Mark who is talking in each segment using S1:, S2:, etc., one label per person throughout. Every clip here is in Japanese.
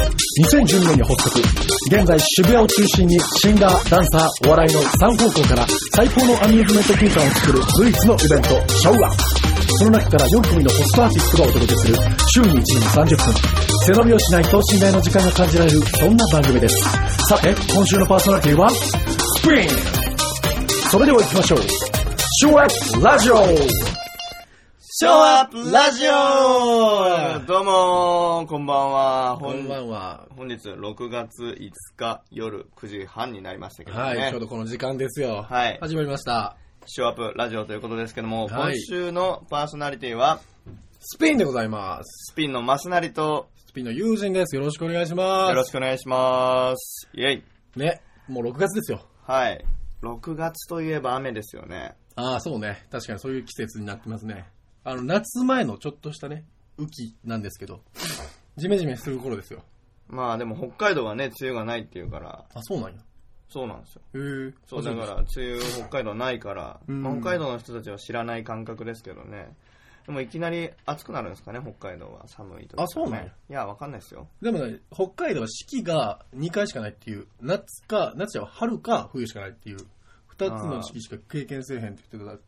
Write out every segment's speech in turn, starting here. S1: 2010年に発足。現在渋谷を中心にシンガー、ダンサー、お笑いの3方向から最高のアミューズメント空間を作る唯一のイベント、シャウアン。その中から4組のホストアーティストがお届けする週に1時30分。背伸びをしない等身大の時間が感じられる、そんな番組です。さて、今週のパーソナリティは、スプリンそれでは行きましょう。ショーアップラジオ
S2: ショーアップラジオどうもー、こんばんは。
S3: こんば
S2: 本
S3: んは。
S2: 本日6月5日夜9時半になりましたけども
S3: はい、
S2: ね
S3: ちょう。どこの時間ですよ。
S2: はい
S3: 始まりました。
S2: ショーアップラジオということですけども、
S3: はい
S2: 今週のパーソナリティは、
S3: スピンでございます。
S2: スピンのマスナリと、
S3: スピンの友人です。よろしくお願いします。
S2: よろしくお願いします。イェイ。
S3: ね、もう6月ですよ。
S2: はい。6月といえば雨ですよね。
S3: ああ、そうね。確かにそういう季節になってますね。あの、夏前のちょっとしたね、雨季なんですけど、ジメジメする頃ですよ。
S2: まあでも北海道はね、梅雨がないっていうから、
S3: あ、そうなんや。
S2: そうなんですよ。
S3: へえ。
S2: そうだか
S3: あ
S2: ら、梅雨北海道ないから、
S3: うん
S2: まあ北海道の人たちは知らない感覚ですけどね。でもいきなり暑くなるんですかね、北海道は。寒いと、ね。
S3: あそうなんや
S2: いや、わかんないですよ。
S3: でもね、北海道は四季が2回しかないっていう、夏か、夏は春か冬しかないっていう、2つの四季しか経験せえへんって言ってたら、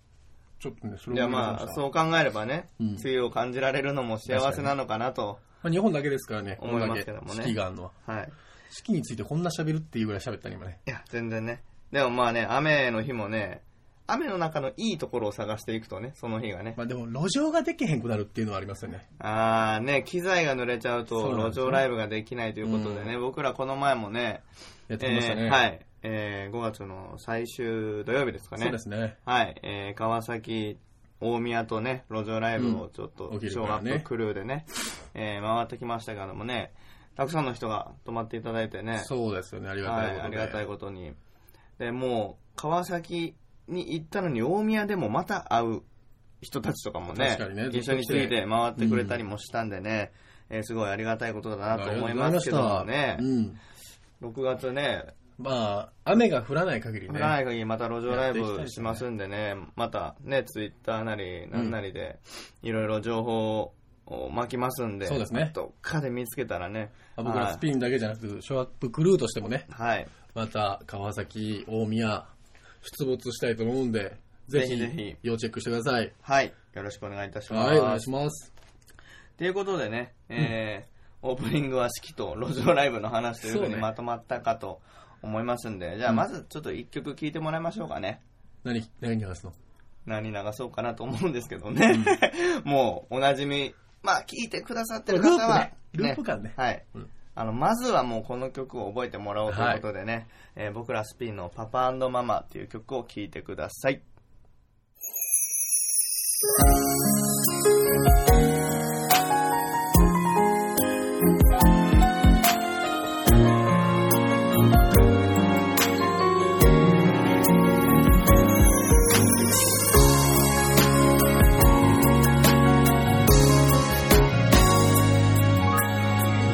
S3: ちょっとね、そ
S2: い
S3: れ
S2: や、
S3: を思い出し
S2: ま
S3: し
S2: あ、
S3: た
S2: そう考えればね、
S3: うん
S2: 梅雨を感じられるのも幸せなのかなと。
S3: まあ、日本だけですからね、
S2: 思いますけどもね
S3: こんだ四季があるのは。
S2: はい。
S3: 四季についてこんな喋るっていうぐらい喋ったね、今ね。
S2: いや、全然ね。でもまあね、雨の日もね、雨の中のいいところを探していくとね、その日がね。
S3: まあでも、路上ができへんくなるっていうのはありますよね。
S2: あーね、機材が濡れちゃうと
S3: そうなん
S2: 路
S3: ですよ
S2: 上ライブができないということでね、僕らこの前もね、
S3: やってきましたね。
S2: えーはい、えー5月の最終土曜日ですかね。
S3: そうですね。
S2: はい、えー川崎、大宮とね、路上ライブをちょっと、
S3: うんお昼
S2: 小
S3: から
S2: 学
S3: ね
S2: 校クルーでね、えー回ってきましたけどもね、たくさんの人が泊まっていただいてね、
S3: そうですよね、ありが
S2: は
S3: たい
S2: い、
S3: こ
S2: あ
S3: と
S2: り
S3: で。
S2: がたいことに。で、もう、川崎に行ったのに大宮でもまた会う人たちとかもね
S3: 確かにね、
S2: 一緒について回ってくれたりもしたんでね、えーすごいありがたいことだなと思いますけどもね
S3: ありがとうございま、した
S2: 6月ね、
S3: うん。まあ、雨が降らない限りね。
S2: 降らない限りまた路上ライブしますんでね、またね、ツイッターなり、なんなりで、いろいろ情報を巻きますんで、
S3: そうですね
S2: どっかで見つけたらね、
S3: まあ僕らスピンだけじゃなくて、ショーアップクルーとしてもね、
S2: はい、
S3: また川崎、大宮、出没したいと思うんで、ぜ
S2: ぜひぜひ
S3: ひ、要チェックしてください。
S2: はい、よろしくお願いいたします。
S3: はい、お願いします。
S2: ということでね、えーオープニングは式と路上ライブの話というふうに
S3: そうね
S2: まとまったかと思いますんで、じゃあまずちょっと一曲聴いてもらいましょうかね。
S3: 何、何流すの
S2: 何流そうかなと思うんですけどね。 もう、おなじみ。まあ、聞いてくださってる方は、
S3: ループねループ感ね
S2: はい。
S3: うん
S2: あの、まずはもうこの曲を覚えてもらおうということでね、えー僕らスピンのパパママっていう曲を聴いてください。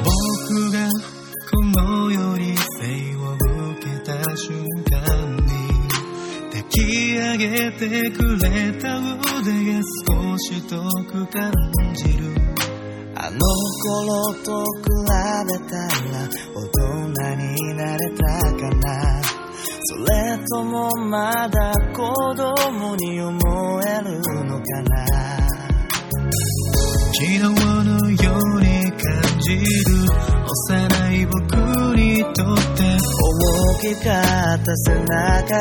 S4: 僕がこの世に生を受けた瞬間に抱き上げてくれた腕が少し遠く感じるあの頃と比べたら大人になれたかなそれともまだ子供に思えるのかな昨日のように感じる幼い僕にとって重きかった背中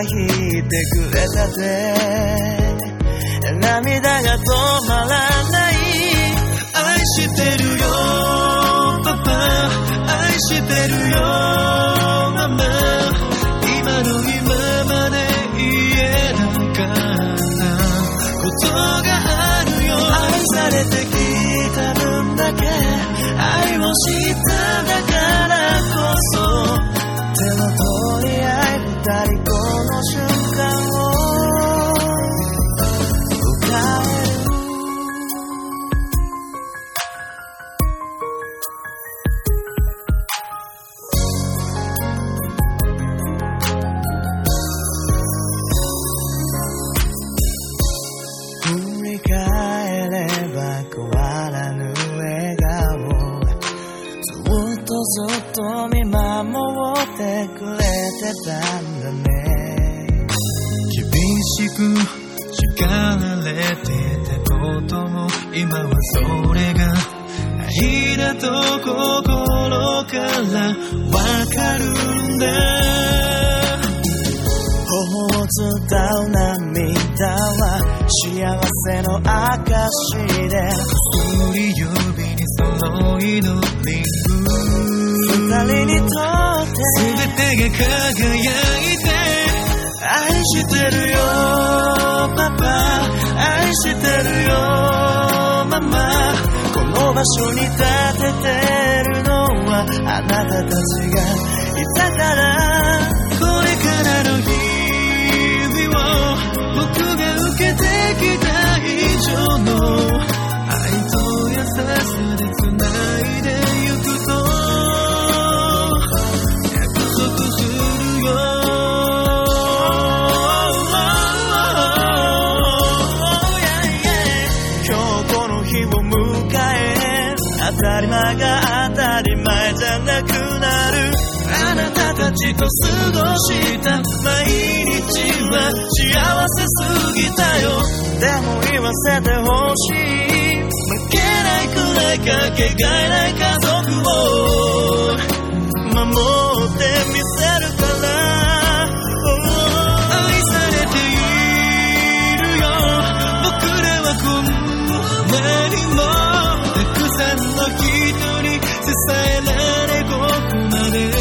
S4: 引いてくれたぜ涙が止まらない愛してるよパパ愛してるよママ今の今まで言えなかったことがあるよ愛されてきた分だけ愛をしただからこそ手の取り合い二人この瞬間を迎える
S2: とずっと見守ってくれてたんだね厳しく叱られてたことも今はそれが愛だと心からわかるんだ頬を伝う涙は幸せの証で薬指に揃いのリング二人にとって全てが輝いて愛してるよパパ愛してるよママこの場所に立ててるのはあなたたちがいたからこれからの日々を僕が受けてきた以上の愛と優しさで繋いでゆくと約束するよ今日この日を迎え当たり前が当たり前じゃなくなるあなたたちと過ごした毎日は幸せすぎたよでも言わせてほしい負けないくらいかけがえない家族を守ってみせるから愛されているよ僕らはこんなにもたくさんの人に支えられここまで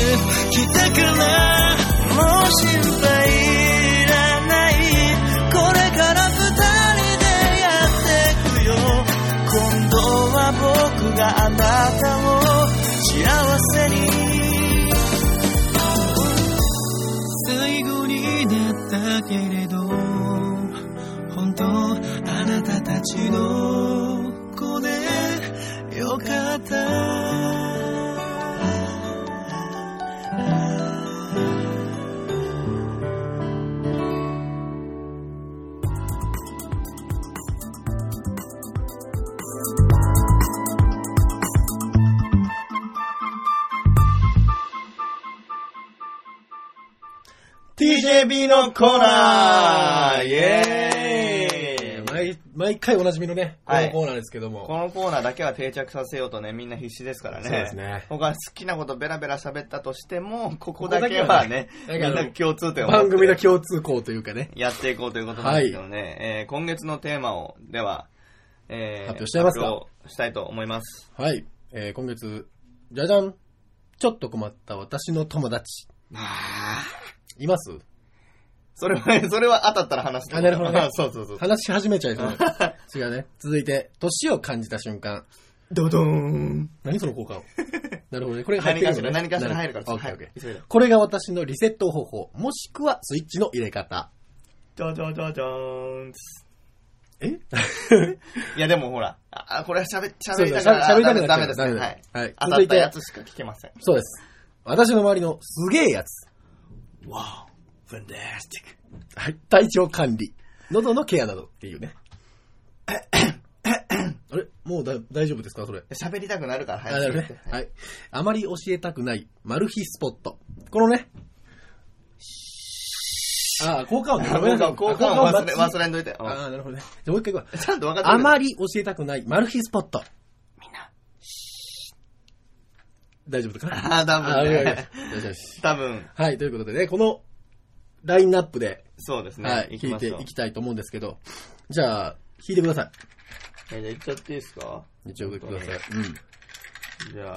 S2: 来たからもう心配いらないこれから二人でやっていくよ今度は僕があなたを幸せに最後になったけれど本当あなたたちの子でよかった
S5: のコーナーイ
S3: え
S5: エー
S3: ー
S5: イ
S3: 毎毎回おなじみのね、こ
S5: は
S3: の
S5: い
S3: コーナーですけども。
S5: このコーナーだけは定着させようとね、みんな必死ですからね。
S3: そうですね
S5: 他好きなことベラベラ喋ったとしても、ここだけはね、
S3: ここだ
S5: み
S3: けはね
S5: んな共通点を持って
S3: 番組の共通項というかね。
S5: やっていこうということなんですけどね、えー今月のテーマを、では、え
S3: 発表しちゃいますか
S5: 発表したいと思います。
S3: はい。えー今月、じゃじゃん。ちょっと困った私の友達。います
S5: それは、 それは当たったら話すと
S3: あなるほどね
S5: そうそうそう。
S3: 話し始めちゃい そう違うね。続いて、年を感じた瞬間。
S5: ドドーン。
S3: 何その 効果音なるほどね。これが入
S5: 何
S3: ってく
S5: か
S3: る
S5: し
S3: の
S5: ら、
S3: ね
S5: 何かしら入るから、
S3: オッケーオッケー。
S5: ー。急いで。
S3: これが私のリセット方法、もしくはスイッチの入れ方。
S5: ドドドドーン。
S3: え
S5: いや、でもほら、あ、あこれは喋、
S3: そ
S5: 喋
S3: う
S5: り
S3: そう
S5: たから、
S3: 喋喋りたくなっちゃう
S5: ダメですね。
S3: ダメだ
S5: はい。
S3: はい
S5: 当た
S3: 続
S5: っ
S3: いて
S5: たやつしか聞けません。
S3: そうです。私の周りのすげえやつ。
S5: わお、ファンタスティック。
S3: はい。体調管理。喉のケアなどって いうね。あれもうだ大丈夫ですかそれ。
S5: 喋りたくなるから
S3: あ
S5: 早く
S3: なるほ ど ね。はい。あまり教えたくない、マル秘スポット。このね。ああ、効果音ね。
S5: あ
S3: ごめんなさい
S5: 効果音忘れ、
S3: 効果音
S5: 忘れんといて。うん
S3: ああ、なるほどね。じゃあもう一回行く わ。
S5: ちゃんと分かって
S3: あ
S5: くれ
S3: まり教えたくない、マル秘スポット。みんな、大丈夫かな
S5: あー多分ね
S3: ありがとうございます大丈夫です。
S5: 多分、
S3: はい、ということでね、このラインナップで、
S5: そうですね。
S3: は
S5: 行
S3: い、
S5: き
S3: 弾い
S5: ま
S3: て
S5: しょう
S3: い。きたいと思うんですけど、じゃあ、弾いてくださ
S5: えじゃあ行っちゃっていいですか
S3: い。一応弾いてください。うん。
S5: じゃあ。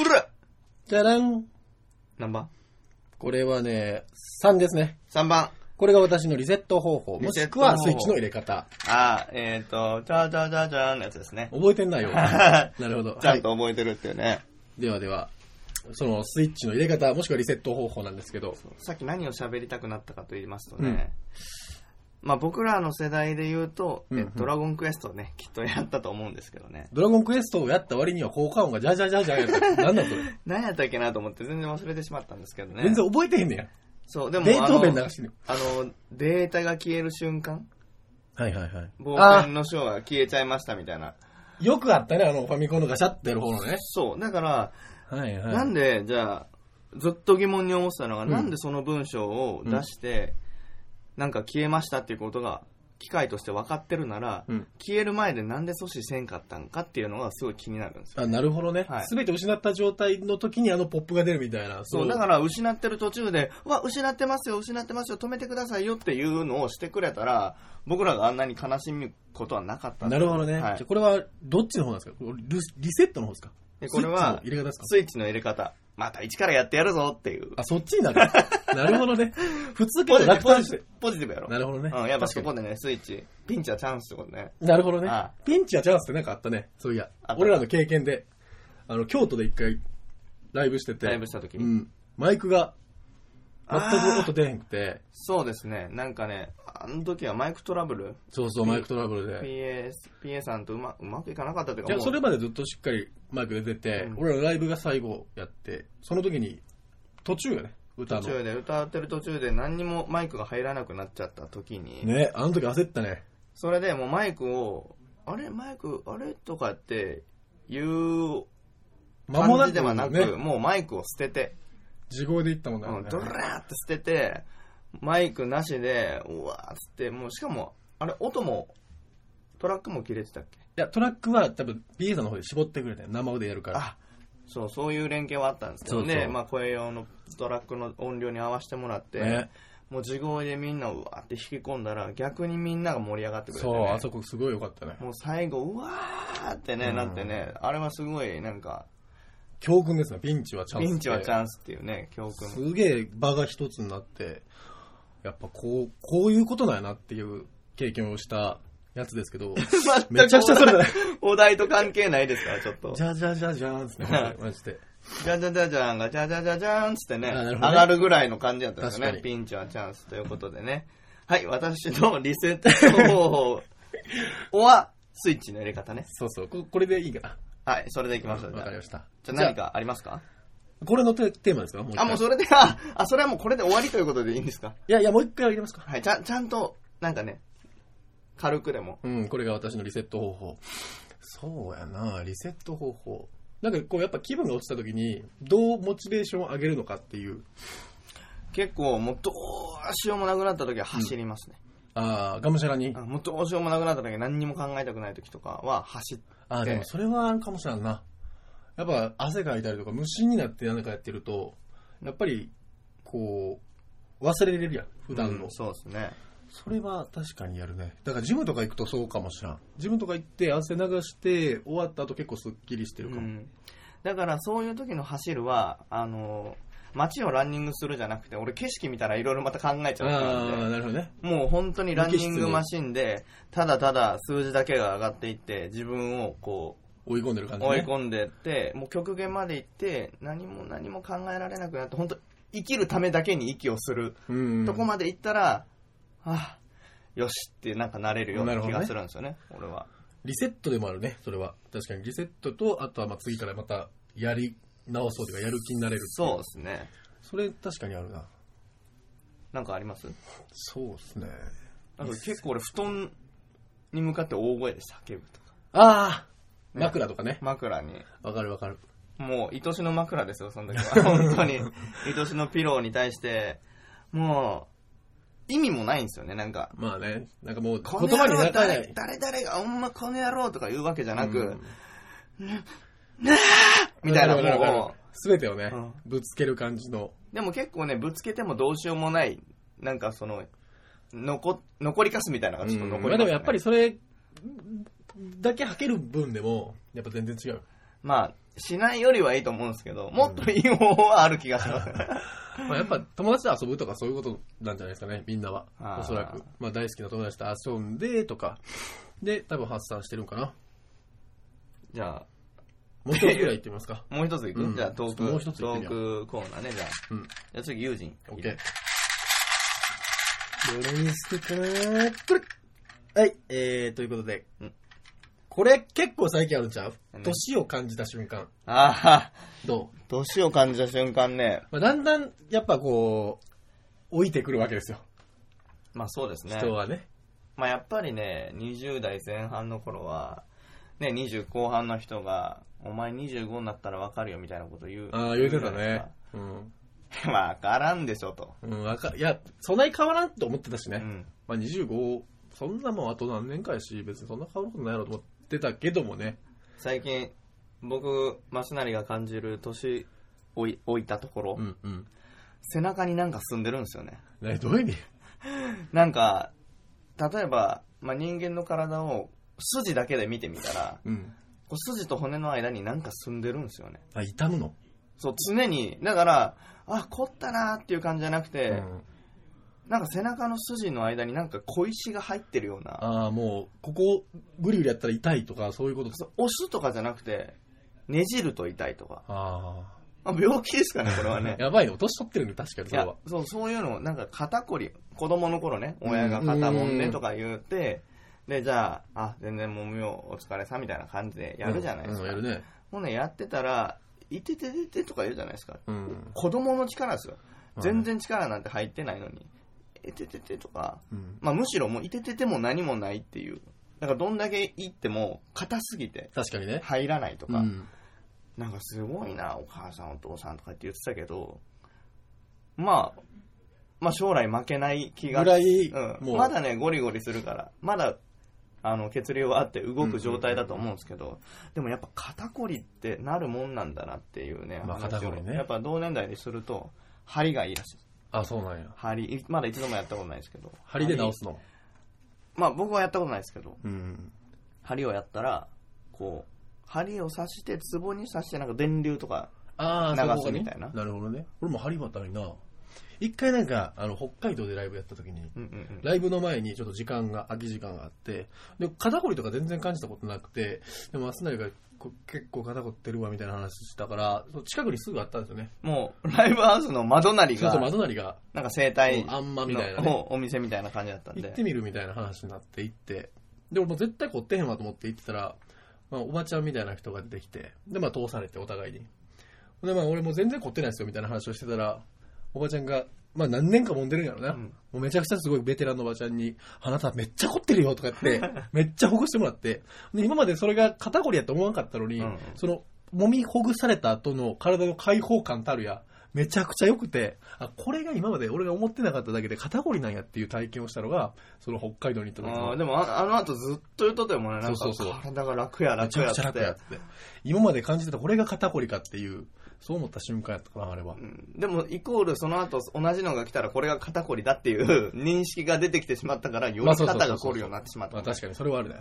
S5: うら
S3: じゃらん。
S5: 何番
S3: これはね、3ですね。
S5: ?3 番。
S3: これが私のリセット方法、もしくは
S5: リセット方法
S3: スイッチの入れ方。
S5: あー、えっ、ー、と、じゃじゃじゃじゃーんのやつですね。
S3: 覚えてんないよ。な
S5: は
S3: るほど。
S5: いちゃん
S3: は
S5: と覚えてるっていうね。
S3: い。ではでは、そのスイッチの入れ方、もしくはリセット方法なんですけど、
S5: さっき何を喋りたくなったかと言いますとね、まあ僕らの世代で言うと、え
S3: うんうん
S5: ドラゴンクエストをね、きっとやったと思うんですけどね。
S3: ドラゴンクエストをやった割には効果音がジャジャジャジャやった。 なんだそれ。
S5: 何やったっけなと思って全然忘れてしまったんですけどね。
S3: 全然覚えてへんねや。
S5: そう、でも
S3: ベー
S5: あ
S3: トーベン
S5: の
S3: 流、してる。
S5: あの、データが消える瞬間
S3: はいはいはい。
S5: 冒
S3: あ
S5: 険の章が消えちゃいましたみたいな。
S3: よくあったね、あの、ファミコンのガシャってやる方のね。
S2: そう、だから、
S3: はいは
S2: なんで、じゃあ、ずっと疑問に思ってたのが、
S3: うん
S2: なんでその文章を出して、なんか消えましたっていうことが、機械として分かってるなら、
S3: うん
S2: 消える前でなんで阻止せんかったんかっていうのがすごい気になるんですよ。
S3: あなるほどね
S2: はい。
S3: すべ、て失った状態の時にあのポップが出るみたいな。
S2: そう、だから失ってる途中で、うわ、失ってますよ、失ってますよ、止めてくださいよっていうのをしてくれたら、僕らがあんなに悲しむことはなかったんで
S3: なるほどね。
S2: はい
S3: じゃあこれは、どっちの方なんですかこれリリセットの方ですか
S2: でこれは
S3: スイッチの入れ方ですか
S2: スイッチの入れ方、また一からやってやるぞっていう。
S3: あ、そっちにな る。なるほどね。普通
S2: ポ
S3: 結構
S2: ジティ
S3: 楽
S2: ブポ
S3: 観
S2: ジ
S3: し
S2: ティ
S3: て
S2: ブ。ポジティブやろ。
S3: なるほどね。
S2: うん、やっぱそ
S3: 確か
S2: こ
S3: に
S2: でね、スイッチ、ピンチはチャンスってことね。
S3: なるほどね
S2: ああ。
S3: ピンチやチャンスってなんかあったね。そういや
S2: あっ。た
S3: 俺らの経験で、あの、京都で一回ライブしてて。
S2: ライブした時
S3: う
S2: に。
S3: ん。マイクが全く音
S2: あー
S3: 出へんくて。
S2: そうですね、なんかね、あの時はマイクトラブル、
S3: そうそう、マイクトラブルで。
S2: PA, PA さんとうまうまくいかなかったとい
S3: じ
S2: うか、
S3: ゃあ
S2: もう
S3: それまでずっとしっかりマイクで出て、
S2: うん
S3: 俺らライブが最後やって、その時に途中よね、歌
S2: 途
S3: の。
S2: 中で、歌ってる途中で何にもマイクが入らなくなっちゃった時に、
S3: ね、あの時焦ったね。
S2: それでもうマイクを、あれ、マイク、あれとかって言う
S3: 間も
S2: 感
S3: な
S2: じ
S3: く
S2: ではなく、
S3: ね、
S2: もうマイクを捨てて、
S3: 地声で言ったもんだ
S2: う
S3: もん
S2: ん
S3: ね。
S2: ドラーって捨てて、マイクなしで、うわーっつって、もうしかも、あれ、音も、トラックも切れてたっけ
S3: いや、トラックは多分 BA さんの方で絞ってくれたよ。生でやるから。
S2: あそう、そういう連携はあったんですけど
S3: そうそう
S2: ね、まあ、声用のトラックの音量に合わせてもらって、
S3: ね、
S2: もう地声でみんなをうわーって引き込んだら、逆にみんなが盛り上がってくれて、ね、
S3: そう、あそこすごい良かったね。
S2: もう最後、うわーってね、
S3: うん
S2: なってね、あれはすごい、なんか、
S3: 教訓ですね、ピンチはチャンス。
S2: ピンチはチャ
S3: ン
S2: ンスっていうね、教訓。
S3: すげえ場が一つになって、やっぱこう、こういうことなんやなっていう経験をしたやつです けど、めちゃくちゃそれだね。
S2: お題と関係ないですから、ちょっと。
S3: じゃじゃじゃじゃーんっすね、マジで。
S2: じゃじゃじゃじゃんが、じゃじゃじゃじゃーんっつってね、
S3: あなる
S2: 上
S3: ほどね
S2: がるぐらいの感じだったんですよ
S3: 確
S2: ね。
S3: か
S2: ピンチはチャンスということでね。はい、私のリセット方法は、スイッチの入れ方ね。
S3: そうそう、ここれでいいかな。
S2: はい、それでいきましょう。じ
S3: わ
S2: ゃあ
S3: かりました。
S2: じゃあ何かありますか
S3: これのテテーマですかもう一
S2: あ、
S3: 回
S2: もうそれで、あ、あそれはもうこれで終わりということでいいんですか
S3: いやいや、もう一回あげますか。
S2: はい、ちゃん、ちゃんと、なんかね、軽くでも。
S3: うん、これが私のリセット方法。そうやな、リセット方法。なんかこう、やっぱ気分が落ちた時に、どうモチベーションを上げるのかっていう、
S2: 結構、もうどうしようもなくなった時は走りますね。
S3: ああ、がむしゃらに。
S2: あもうどうしようもなくなった時何にも考えたくない時とかは走っ
S3: ああ、でもそれはあるかもしれんな。やっぱ汗かいたりとか、無心になって何かやってると、やっぱり、こう、忘れれるやん、普段の。
S2: うんそうですね
S3: それは確かにやるね。だからジムとか行くとそうかもしらん。ジムとか行って汗流して終わった後結構スッキリしてるかも。
S2: うんだからそういう時の走るはあの街をランニングするじゃなくて俺景色見たらいろいろまた考えちゃう人
S3: あ
S2: な
S3: あ、
S2: んで
S3: なるほどね。
S2: もう本当にランニングマシンでただただ数字だけが上がっていって自分をこ
S3: 追い込んでる
S2: う
S3: 感じ、ね。
S2: 追い込んでってもう極限まで行って何も何も考えられなくなって本当生きるためだけに息をする
S3: うん。
S2: とこまで行ったら、あよしってなんかなれるような気がするんですよね俺は。
S3: リセットでもあるね、それは。確かにリセットと、あとはまあ次からまたやり直そうというか、やる気になれるってい
S2: そうですね。
S3: それ確かにあるな。
S2: なんかあります
S3: そうですね。
S2: なんか結構俺、布団に向かって大声で叫ぶとか。
S3: ああ、
S2: ね
S3: 枕とかね。
S2: 枕に。
S3: わかるわかる。
S2: もう、愛しの枕ですよ、その時 は。本当に。愛しのピローに対して、もう、意味もないんですよね、なんか。
S3: まあね、なんかもう言
S2: この
S3: 葉
S2: 野
S3: にな
S2: 郎
S3: らない
S2: 誰。誰々が、ほんまこの野郎とか言うわけじゃなく、
S3: うん
S2: みたいな
S3: わかるわかる
S2: も
S3: わかるすべてをね、
S2: うん
S3: ぶつける感じの。
S2: う、でも結構ね、ぶつけてもどうしようもない、なんかその、残、残りかすみたいなのがちょっと
S3: うん
S2: 残
S3: ま
S2: り
S3: あで
S2: ま
S3: すも
S2: ね
S3: やっぱりそれだけ吐ける分でも、やっぱ全然違う。
S2: まあ、しないよりはいいと思うんですけど、もっといい方法はある気が します。
S3: まあやっぱ友達と遊ぶとかそういうことなんじゃないですかね、みんなは
S2: あ。ー
S3: おそらく。まあ大好きな友達と遊んでとか、で、多分発散してるんかな。
S2: じゃあ、
S3: もう一つぐらい行ってみますか。
S2: もう一ついく、
S3: うん
S2: じゃあトーク、
S3: もう一つ
S2: ト
S3: 行ってみ
S2: ー
S3: よう
S2: クコーナーね、じゃあ。
S3: うん。オ
S2: じゃあ次、友人。
S3: ッケー。どれにしてかなこれはい、えー、ということで
S2: うん。
S3: これ結構最近あるんちゃう
S2: 何
S3: 年を感じた瞬間。
S2: ああ、
S3: どう
S2: 年を感じた瞬間ね。
S3: まあ、だんだん、やっぱこう、老いてくるわけですよ。
S2: まあそうですね。
S3: 人はね。
S2: まあやっぱりね、20代前半の頃は、ね、20後半の人が、お前25になったらわかるよみたいなこと言う。
S3: ああ、言うてたね。うん。
S2: 言うじゃないですか。 わからんでしょと。
S3: うん、わか、いや、そんなに変わらんと思ってたしね。
S2: うん。
S3: まあ25、そんなもんあと何年かやし、別にそんな変わることないやろと思ってたけどもね。
S2: 最近、僕、松成が感じる年老い老いたところ、
S3: うんうん。
S2: 背中になんか住んでるんですよね。
S3: ね、どういう意味
S2: なんか、例えば、まあ、人間の体を筋だけで見てみたら、
S3: うん。
S2: こう筋と骨の間になんか住んでるんですよね。
S3: あ、痛むの
S2: そう、常に、だから、あ、凝ったなーっていう感じじゃなくて、
S3: うん
S2: なんか背中の筋の間になんか小石が入ってるような、
S3: ああ、もう、ここ、ぐりぐりやったら痛いとか、そういうこと
S2: そう押すとかじゃなくて、ねじると痛いとか。
S3: あ
S2: あ病気ですかね、これは
S3: あ。。
S2: ね
S3: やばいね、年取ってるね、確かに
S2: い
S3: それ
S2: や
S3: は。、
S2: そう、そういうのを、なんか肩こり、子供の頃ね、親が肩もんでとか言って、で、じゃあ、あ、全然揉むよ、お疲れさ、みたいな感じでやるじゃないです
S3: うん
S2: か。
S3: うんやるね。
S2: もうね、やってたら、いててててとか言うじゃないですか。
S3: うん。
S2: 子供の力ですよ。
S3: うん
S2: 全然力なんて入ってないのに、いてててとか、
S3: うん。
S2: まあ、むしろもういててても何もないっていう。だからどんだけいっても硬すぎて
S3: 確かにね。
S2: 入らないとか、
S3: うん。
S2: なんかすごいな、お母さんお父さんとかって言ってたけど、まあ、まあ将来負けない気が
S3: ぐ。らい、
S2: う
S3: も
S2: ん、
S3: う、
S2: まだね、ゴリゴリするから、まだ、あの、血流はあって動く状態だと思うんですけど、でもやっぱ肩こりってなるもんなんだなっていうね、
S3: まあ
S2: 話
S3: 肩
S2: を
S3: こりね
S2: やっぱ同年代にすると、針がいいらしいです。
S3: あ、そうなんや。
S2: 針、まだ一度もやったことないですけど。
S3: 針で治すの。
S2: まあ僕はやったことないですけど、
S3: うん。
S2: 針をやったら、こう、針を刺して、壺に刺して、なんか電流とか、
S3: ああ、
S2: 流す
S3: そうね
S2: みたいな
S3: なるほどね。俺も針もあったのにな。一回なんか、あの、北海道でライブやった時に、
S2: うんうん
S3: ライブの前にちょっと時間が、空き時間があって、で、肩こりとか全然感じたことなくて、でも、松成がこ結構肩こってるわみたいな話したから、その近くにすぐあったんですよね。
S2: うん、もう、ライブハウスの窓なり
S3: そう
S2: が
S3: そう、、松成が
S2: なんか生態
S3: あんまみたいなね
S2: のお店みたいな感じだったん
S3: 行
S2: で
S3: って。みるみたいな話になって行って、で、俺もう絶対こってへんわと思って行ってたら、まあ、おばちゃんみたいな人が出てきて、で、まあ、通されて、お互いに。で、まあ、俺もう全然凝ってないですよ、みたいな話をしてたら、おばちゃんが、まあ、何年か揉んでるんやろな。
S2: うん
S3: もうめちゃくちゃすごいベテランのおばちゃんに、あなためっちゃ凝ってるよ、とか言って、めっちゃほぐしてもらって、で今までそれが肩こりやと思わなかったのに、
S2: うん
S3: その、揉みほぐされた後の体の解放感たるや、めちゃくちゃ良くて、あ、これが今まで俺が思ってなかっただけで肩こりなんやっていう体験をしたのが、その北海道に行った時
S2: あー
S3: の。
S2: でもあ、あの後ずっと言っとってもね、なん
S3: そうそうそ
S2: か
S3: う
S2: 体が楽や
S3: め
S2: 楽
S3: ちゃ
S2: や
S3: く
S2: っ
S3: ちゃ楽や
S2: て
S3: っ。て。今まで感じてたこれが肩こりかっていう、そう思った瞬間やったかな、あれは
S2: う。んでも、イコールその後同じのが来たらこれが肩こりだっていう認識が出てきてしまったから、より
S3: まあそうそうそうそう
S2: 肩が凝るようになってしまっ
S3: まあ
S2: た。
S3: 確かにそれはあるね。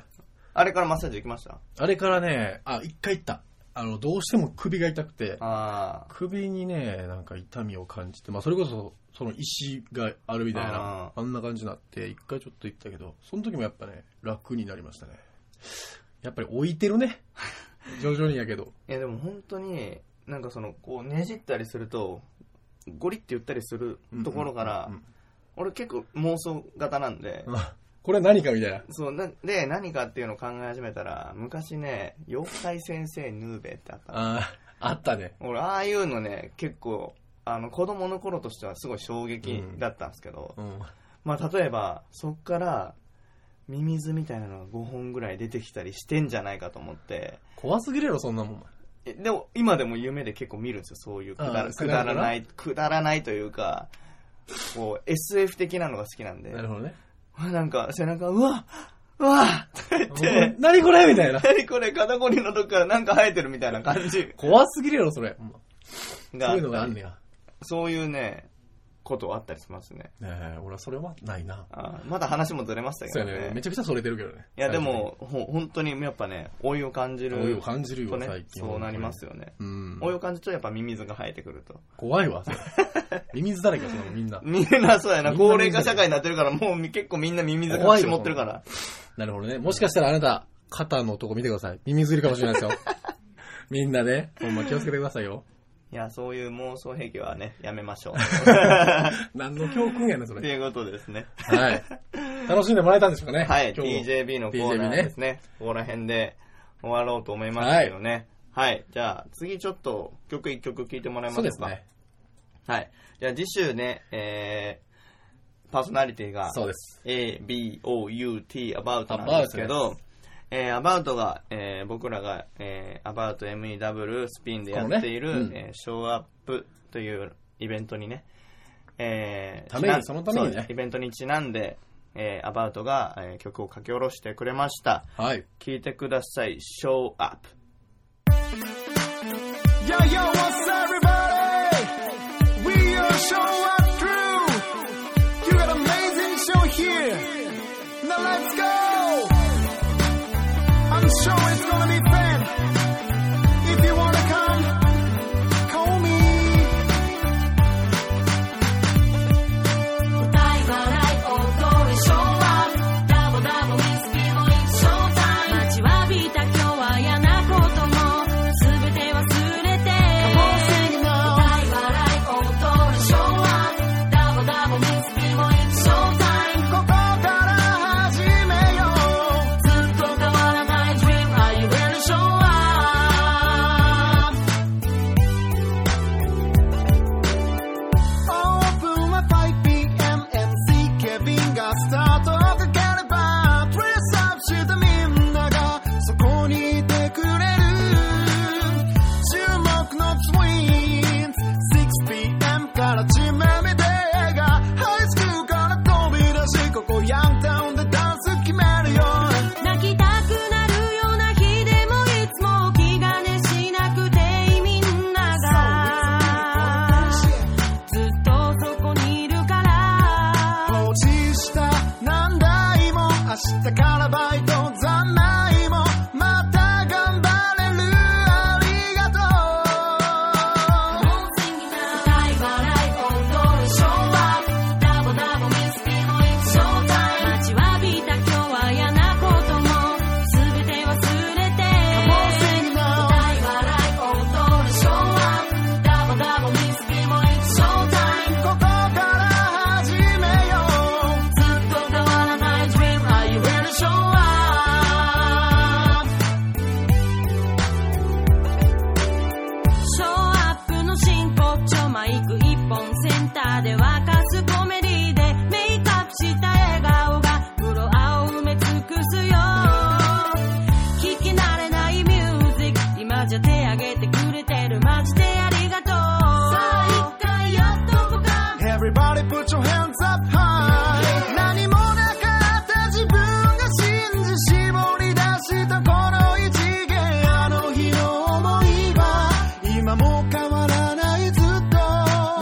S2: あれからマッサージ行きました
S3: あれからね、あ、一回行った。あの、どうしても首が痛くて、
S2: あ
S3: 首にね、なんか痛みを感じて、まあそれこそ、その石があるみたいな、あんな感じになって、一回ちょっと行ったけど、その時もやっぱね、楽になりましたね。やっぱり置いてる ね。徐々にやけど。
S2: あ。いや、でも本当に、なんかその、こうねじったりすると、ゴリって言ったりするところから
S3: うんうん、
S2: 俺結構妄想型なんで、
S3: あ これは何かみたいな。
S2: そうなで何かっていうのを考え始めたら昔ね妖怪先生ヌーベってあったの
S3: ああ、あったね。
S2: 俺ああいうのね結構あの子供の頃としてはすごい衝撃だったんですけど、
S3: うん。
S2: まあ例えばそっからミミズみたいなのが5本ぐらい出てきたりしてんじゃないかと思って
S3: 怖すぎるやろ、そんなもん。
S2: えでも今でも夢で結構見るんですよそういうくだ
S3: あ
S2: ら
S3: ー
S2: くだらないくだらないというかこう SF 的なのが好きなんで
S3: なるほど ね。
S2: なんか背中うわうわとか言って
S3: 何これみ たいな。
S2: 何これ肩こりのとこからなんか生えてるみたいな感じ
S3: 怖すぎるやろ、それ。
S2: が
S3: そういうのがあんねや。
S2: そういうねことはあったりしますね
S3: ねえ、俺はそれはないな。
S2: あーまだ話もずれましたけ
S3: そう
S2: ど
S3: やね。
S2: ね
S3: めちゃくちゃそれてるけどね。
S2: いやでもほ本当にやっぱね老いを感じ
S3: 最
S2: る
S3: 近、老いを感じる
S2: と
S3: よ、
S2: ね
S3: 最近。
S2: そうなりますよね
S3: うん。
S2: 老いを感じるとやっぱミミズが生えてくると
S3: 怖いわ、 それ。ミミズだらけや、そのみんな。
S2: みんなそう やな
S3: みんな
S2: 高齢化社会になってるからもうみ結構みんなミミズ隠し持ってるから
S3: なるほどね。もしかしたらあなた、肩のとこ見てください。ミミズいるかもしれない ですよ。みんなね、ほんま気をつけてくださいよ。
S2: いやそういう妄想兵器はねやめましょう
S3: 何の教訓やねん、そ
S2: と
S3: れ。
S2: いうことですね
S3: はい。楽しんでもらえたんでしょうかね。
S2: はい、
S3: 今日も
S2: TJB のコーナーですね。ここら辺で終わろうと思いますけどね。はい、じゃあ次ちょっと曲一曲聴いてもらえま
S3: そう
S2: す
S3: で
S2: か
S3: すね。
S2: はい。じゃあ次週ね、えー、パーソナリティが
S3: そうです。
S2: A, B, O, U, T, about なんですけど、えー、アバウトが、えー僕らが、えー、アバウト MEW スピンでやってい
S3: このね
S2: る、
S3: うん
S2: えーショーアップというイベントにね、えー
S3: ために
S2: ちな
S3: そのためにね
S2: そうイベントにちなんで、えー、アバウトが、えー曲を書き下ろしてくれました。
S3: はい。
S2: 聴いてください、ショーアップ。
S4: Yo, yo, what's up, everybody? We are Show Up Crew. You got amazing show here. Now let's go. I'm sure it's gonna be fun. If you wanna come, call me.
S6: 答え笑い大声ショーアップダボダボウイスキーもインショータイム待ちわびた今日は嫌なことも全て忘れて
S4: on, sing it
S6: 答え
S4: now.
S6: 笑い大声ショーアップダボダボウイスキーもインショータイム
S4: ここから始めよう。
S6: ずっと変わらない Dream Are you ready show up
S4: Open は 5pm MC ケビンがスタートをかければプレスアップしたみんながそこにいてくれる注目のツインズ 6pm から地面見て映画ハイスクールから飛び出しここヤングタウンでダンス決めるよ
S6: 泣きたくなるような日でもいつも気兼ねしなくていいみんながずっとそこにいるから
S4: 放置した何台も明日からバイト残いもまた頑張れるありがとう
S6: 笑い笑い踊るショーアップダボダボミスピもいつショータイム待ちわびた今日は嫌なことも全て忘れて
S4: Come on, sing it now
S6: 笑い笑い踊るショーアップダボダボミスピもいつショータイム
S4: ここから始めよ
S6: ずっと変わらない Dream Are you ready show up ショーアップの真骨頂マイク一本センターで沸かすコメディでメイクアップした笑顔がフロアを埋め尽くすよ聞き慣れないミュージック今じゃ手上げてくれてるマジでありがとうさあ一回やっとこか
S4: う Everybody put your hands up high 何もなかった自分が信じ絞り出したこの一元あの日の思いは今も変わらないずっと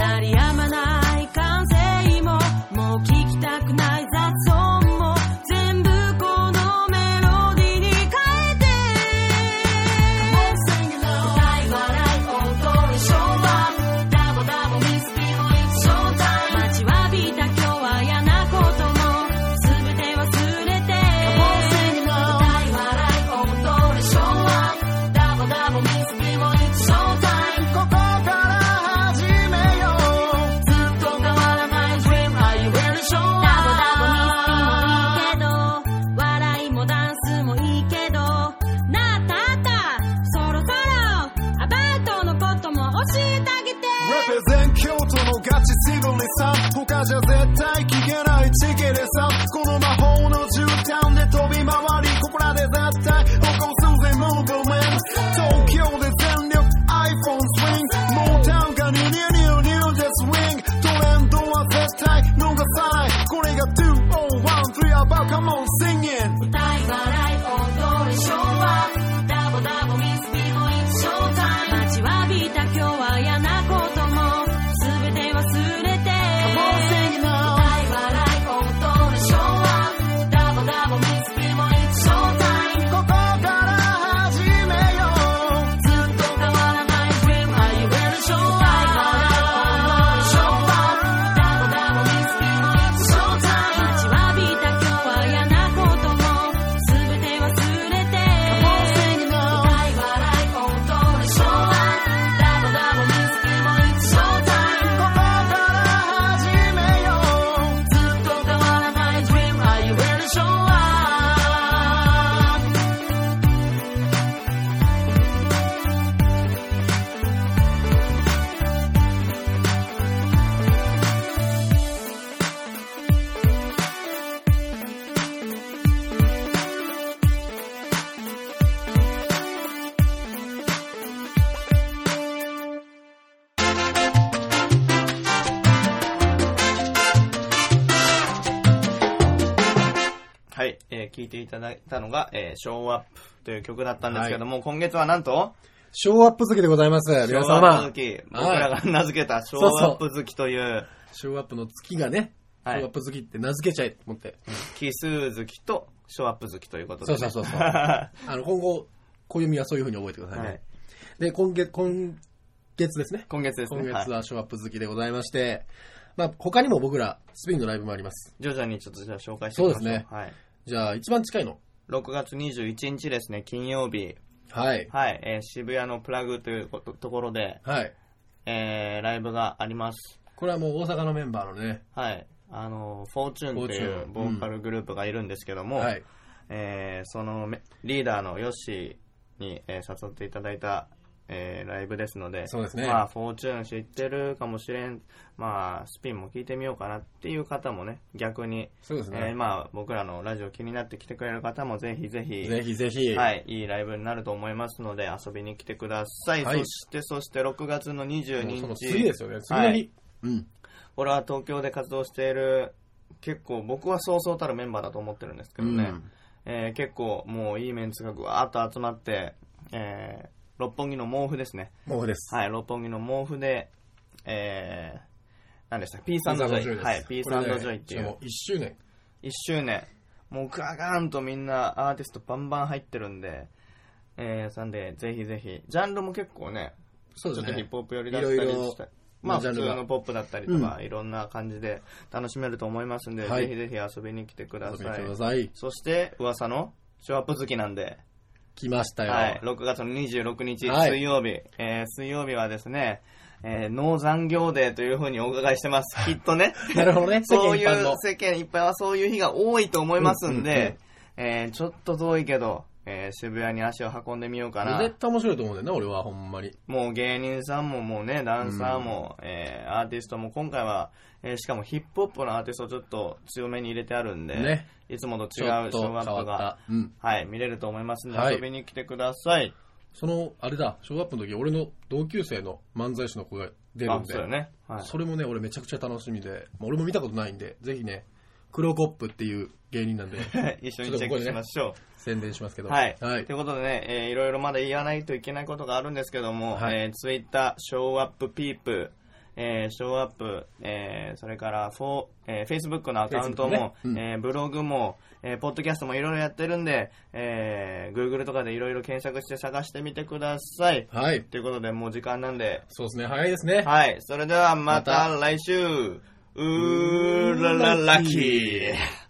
S6: 鳴りやまない歓声ももう聞きたくない雑音も全部このメロディーに変えて歌い笑い踊るショーはダボダボミスピも一ショータイム待ちわびた今日は嫌なことも全て忘れて歌い笑い踊るショーはダボダボミスピも一ショータイム
S4: ここから始めよ
S6: ずっと変わらない Dream Are you ready show up ダボダボミスピもいいけど Dream Are you ready show up
S4: う
S6: 笑いもダンスもいいけどなあたあたそろそろアバウトのことも教えてあげて
S4: Represent 京都のガチシドニーさん他じゃ絶対聞けないチケレさんこの魔法の絨毯で飛び回りここらで絶対起こすぜムーブメント東京で全力 iPhone スイングモータウンがニューニューニューニューでスウィングトレンドは絶対逃さないこれが2013 about come on singing
S6: 歌い笑い踊るショーはダボダボミスピもいつショータイム待ちわびた今日は嫌なことも全て忘れて
S4: Come on, sing it now
S6: 笑い笑い踊るショー
S2: 聴いていただいたのが、えー、ショーアップという曲だったんですけども、今月はなんと、
S3: ショーアップ好きでございます。
S2: シ
S3: 皆
S2: ョーアップ
S3: 様
S2: 好。き、僕らが名付けたショーアップ好きという、
S3: ショーアップの月がね、
S2: は
S3: シ
S2: い
S3: ョーアップ好きって名付けちゃえと思って。
S2: 奇数好きとショーアップ好きということで
S3: そ
S2: ね、
S3: うそうそうそう。
S2: は
S3: あの、今後、暦はそういう風に覚えてくださいね。
S2: い。
S3: で、今月、今月ですね。
S2: 今月ですね。
S3: 今月
S2: はい
S3: はショーアップ好きでございまして、まあ、他にも僕ら、スピンのライブもあります。
S2: 徐々にちょっとじゃあ紹介していきましょ
S3: そうで
S2: う。
S3: すね
S2: はい。
S3: じゃあ、一番近いの。
S2: 6月21日ですね、金曜日、
S3: はい。
S2: はい、えー渋谷のプラグということところで、
S3: はい。
S2: えーライブがあります。
S3: これはもう大阪のメンバーのね、
S2: はい。あの、フォーチュンってい
S3: フォーチュ
S2: う
S3: ン
S2: ボーカルグループがいるんですけども、
S3: はい。
S2: えーそのめリーダーのヨッシーに、えー誘っていただいた、えーライブですので、
S3: そうですね
S2: まあ、フォーチュン知ってるかもしれん、まあ、スピンも聞いてみようかなっていう方もね、逆に、
S3: そうです
S2: えー
S3: ね。
S2: まあ、僕らのラジオ気になって来てくれる方もぜひぜひ、
S3: ぜひぜひ。
S2: はい、いいライブになると思いますので遊びに来てください、
S3: はい
S2: そしてそして6月の
S3: も
S2: 22
S3: う
S2: 日
S3: その次ですよね。次の日。
S2: はい
S3: うん。
S2: 俺は東京で活動している結構僕はそうそうたるメンバーだと思ってるんですけどね、
S3: うん
S2: えー結構もういいメンツがぐわーっと集まって、えー六本木の毛布ですね
S3: もうです。
S2: はい六本木の毛布でえー何でした ?P
S3: ピ
S2: サンドジョイ。はい、
S3: ピ
S2: P
S3: ー
S2: サ
S3: サ
S2: ン
S3: ン
S2: ド
S3: ド
S2: ジ
S3: ジ
S2: ョ
S3: ョ
S2: イ
S3: イ
S2: っ
S3: ってて
S2: い
S3: いう。しか
S2: う
S3: も、1周年。
S2: 1周年、もうガガーンとみんなアーティストバンバン入ってるんで、えー、なんで、ぜひぜひ、ジャンルも結構ね、
S3: そうで
S2: ちょ
S3: す
S2: っとヒ
S3: ね
S2: ッ。プホップ寄りだったりした
S3: いろいろ
S2: まあ、
S3: ジャ
S2: 普
S3: ン
S2: 通
S3: ルが
S2: のポップだったりとか、いろんな感じで楽しめると思いますんで、
S3: はい
S2: ぜひぜひ遊びに来てくだ
S3: 遊びに
S2: さ
S3: 来
S2: い
S3: てく。ださい。
S2: そして、噂のショーアップ好きなんで、
S3: 来ましたよ。
S2: はい、6月の26日、
S3: はい
S2: 水曜日、えー水曜日はですね、えー、ノー残業デーというふうにお伺いし てます。きっとね。
S3: なるほどね。世
S2: そ
S3: 間
S2: うい
S3: 一般
S2: う
S3: の。
S2: 世間いっぱいはそういう日が多いと思いますん
S3: うんうんう
S2: で、えーちょっと遠いけど、えー渋谷に足を運んでみようかな
S3: 絶。対面白いと思うんだよね、俺は、ほんまに。
S2: もう芸人さんももうね、ダンサーも、えーアーティストも今回は、えーしかもヒップホップのアーティストをちょっと強めに入れてあるんで、
S3: ね
S2: いつもと
S3: ち
S2: 違うシ
S3: ょ
S2: ョ
S3: っと変
S2: ーアッ
S3: わ
S2: プ
S3: っ
S2: が
S3: た、。うん。
S2: はい、見れると思いますので、
S3: はい
S2: 遊びに来てください。
S3: その、あれだ、小学校の時、俺の同級生の漫才師の子が出る
S2: あ
S3: ん、で
S2: そう、よね。はい。
S3: それもね、俺めちゃくちゃ楽しみで、まあ俺も見たことないんで、ぜひね、クロコップっていう芸人なん で、
S2: 一緒にチェックしましょう。
S3: 宣伝しますけど。
S2: はい。
S3: はい
S2: とい。うことでね、えーいろいろまだ言わないといけないことがあるんですけども、
S3: はい
S2: えー、ツイッター、ショーアップピープ、えー、ショーアップ、えー、それからフォー、えー、Facebook のアカウント
S3: Facebook ね
S2: も、
S3: うん
S2: えーブログも、えー、ポッドキャストもいろいろやってるんで、えー、Google とかでいろいろ検索して探してみてください。
S3: はい。
S2: ということで、もう時間なんで、
S3: そうですね、早いですね。
S2: はい。それではまた
S3: ま
S2: 来週、うーららラッキー。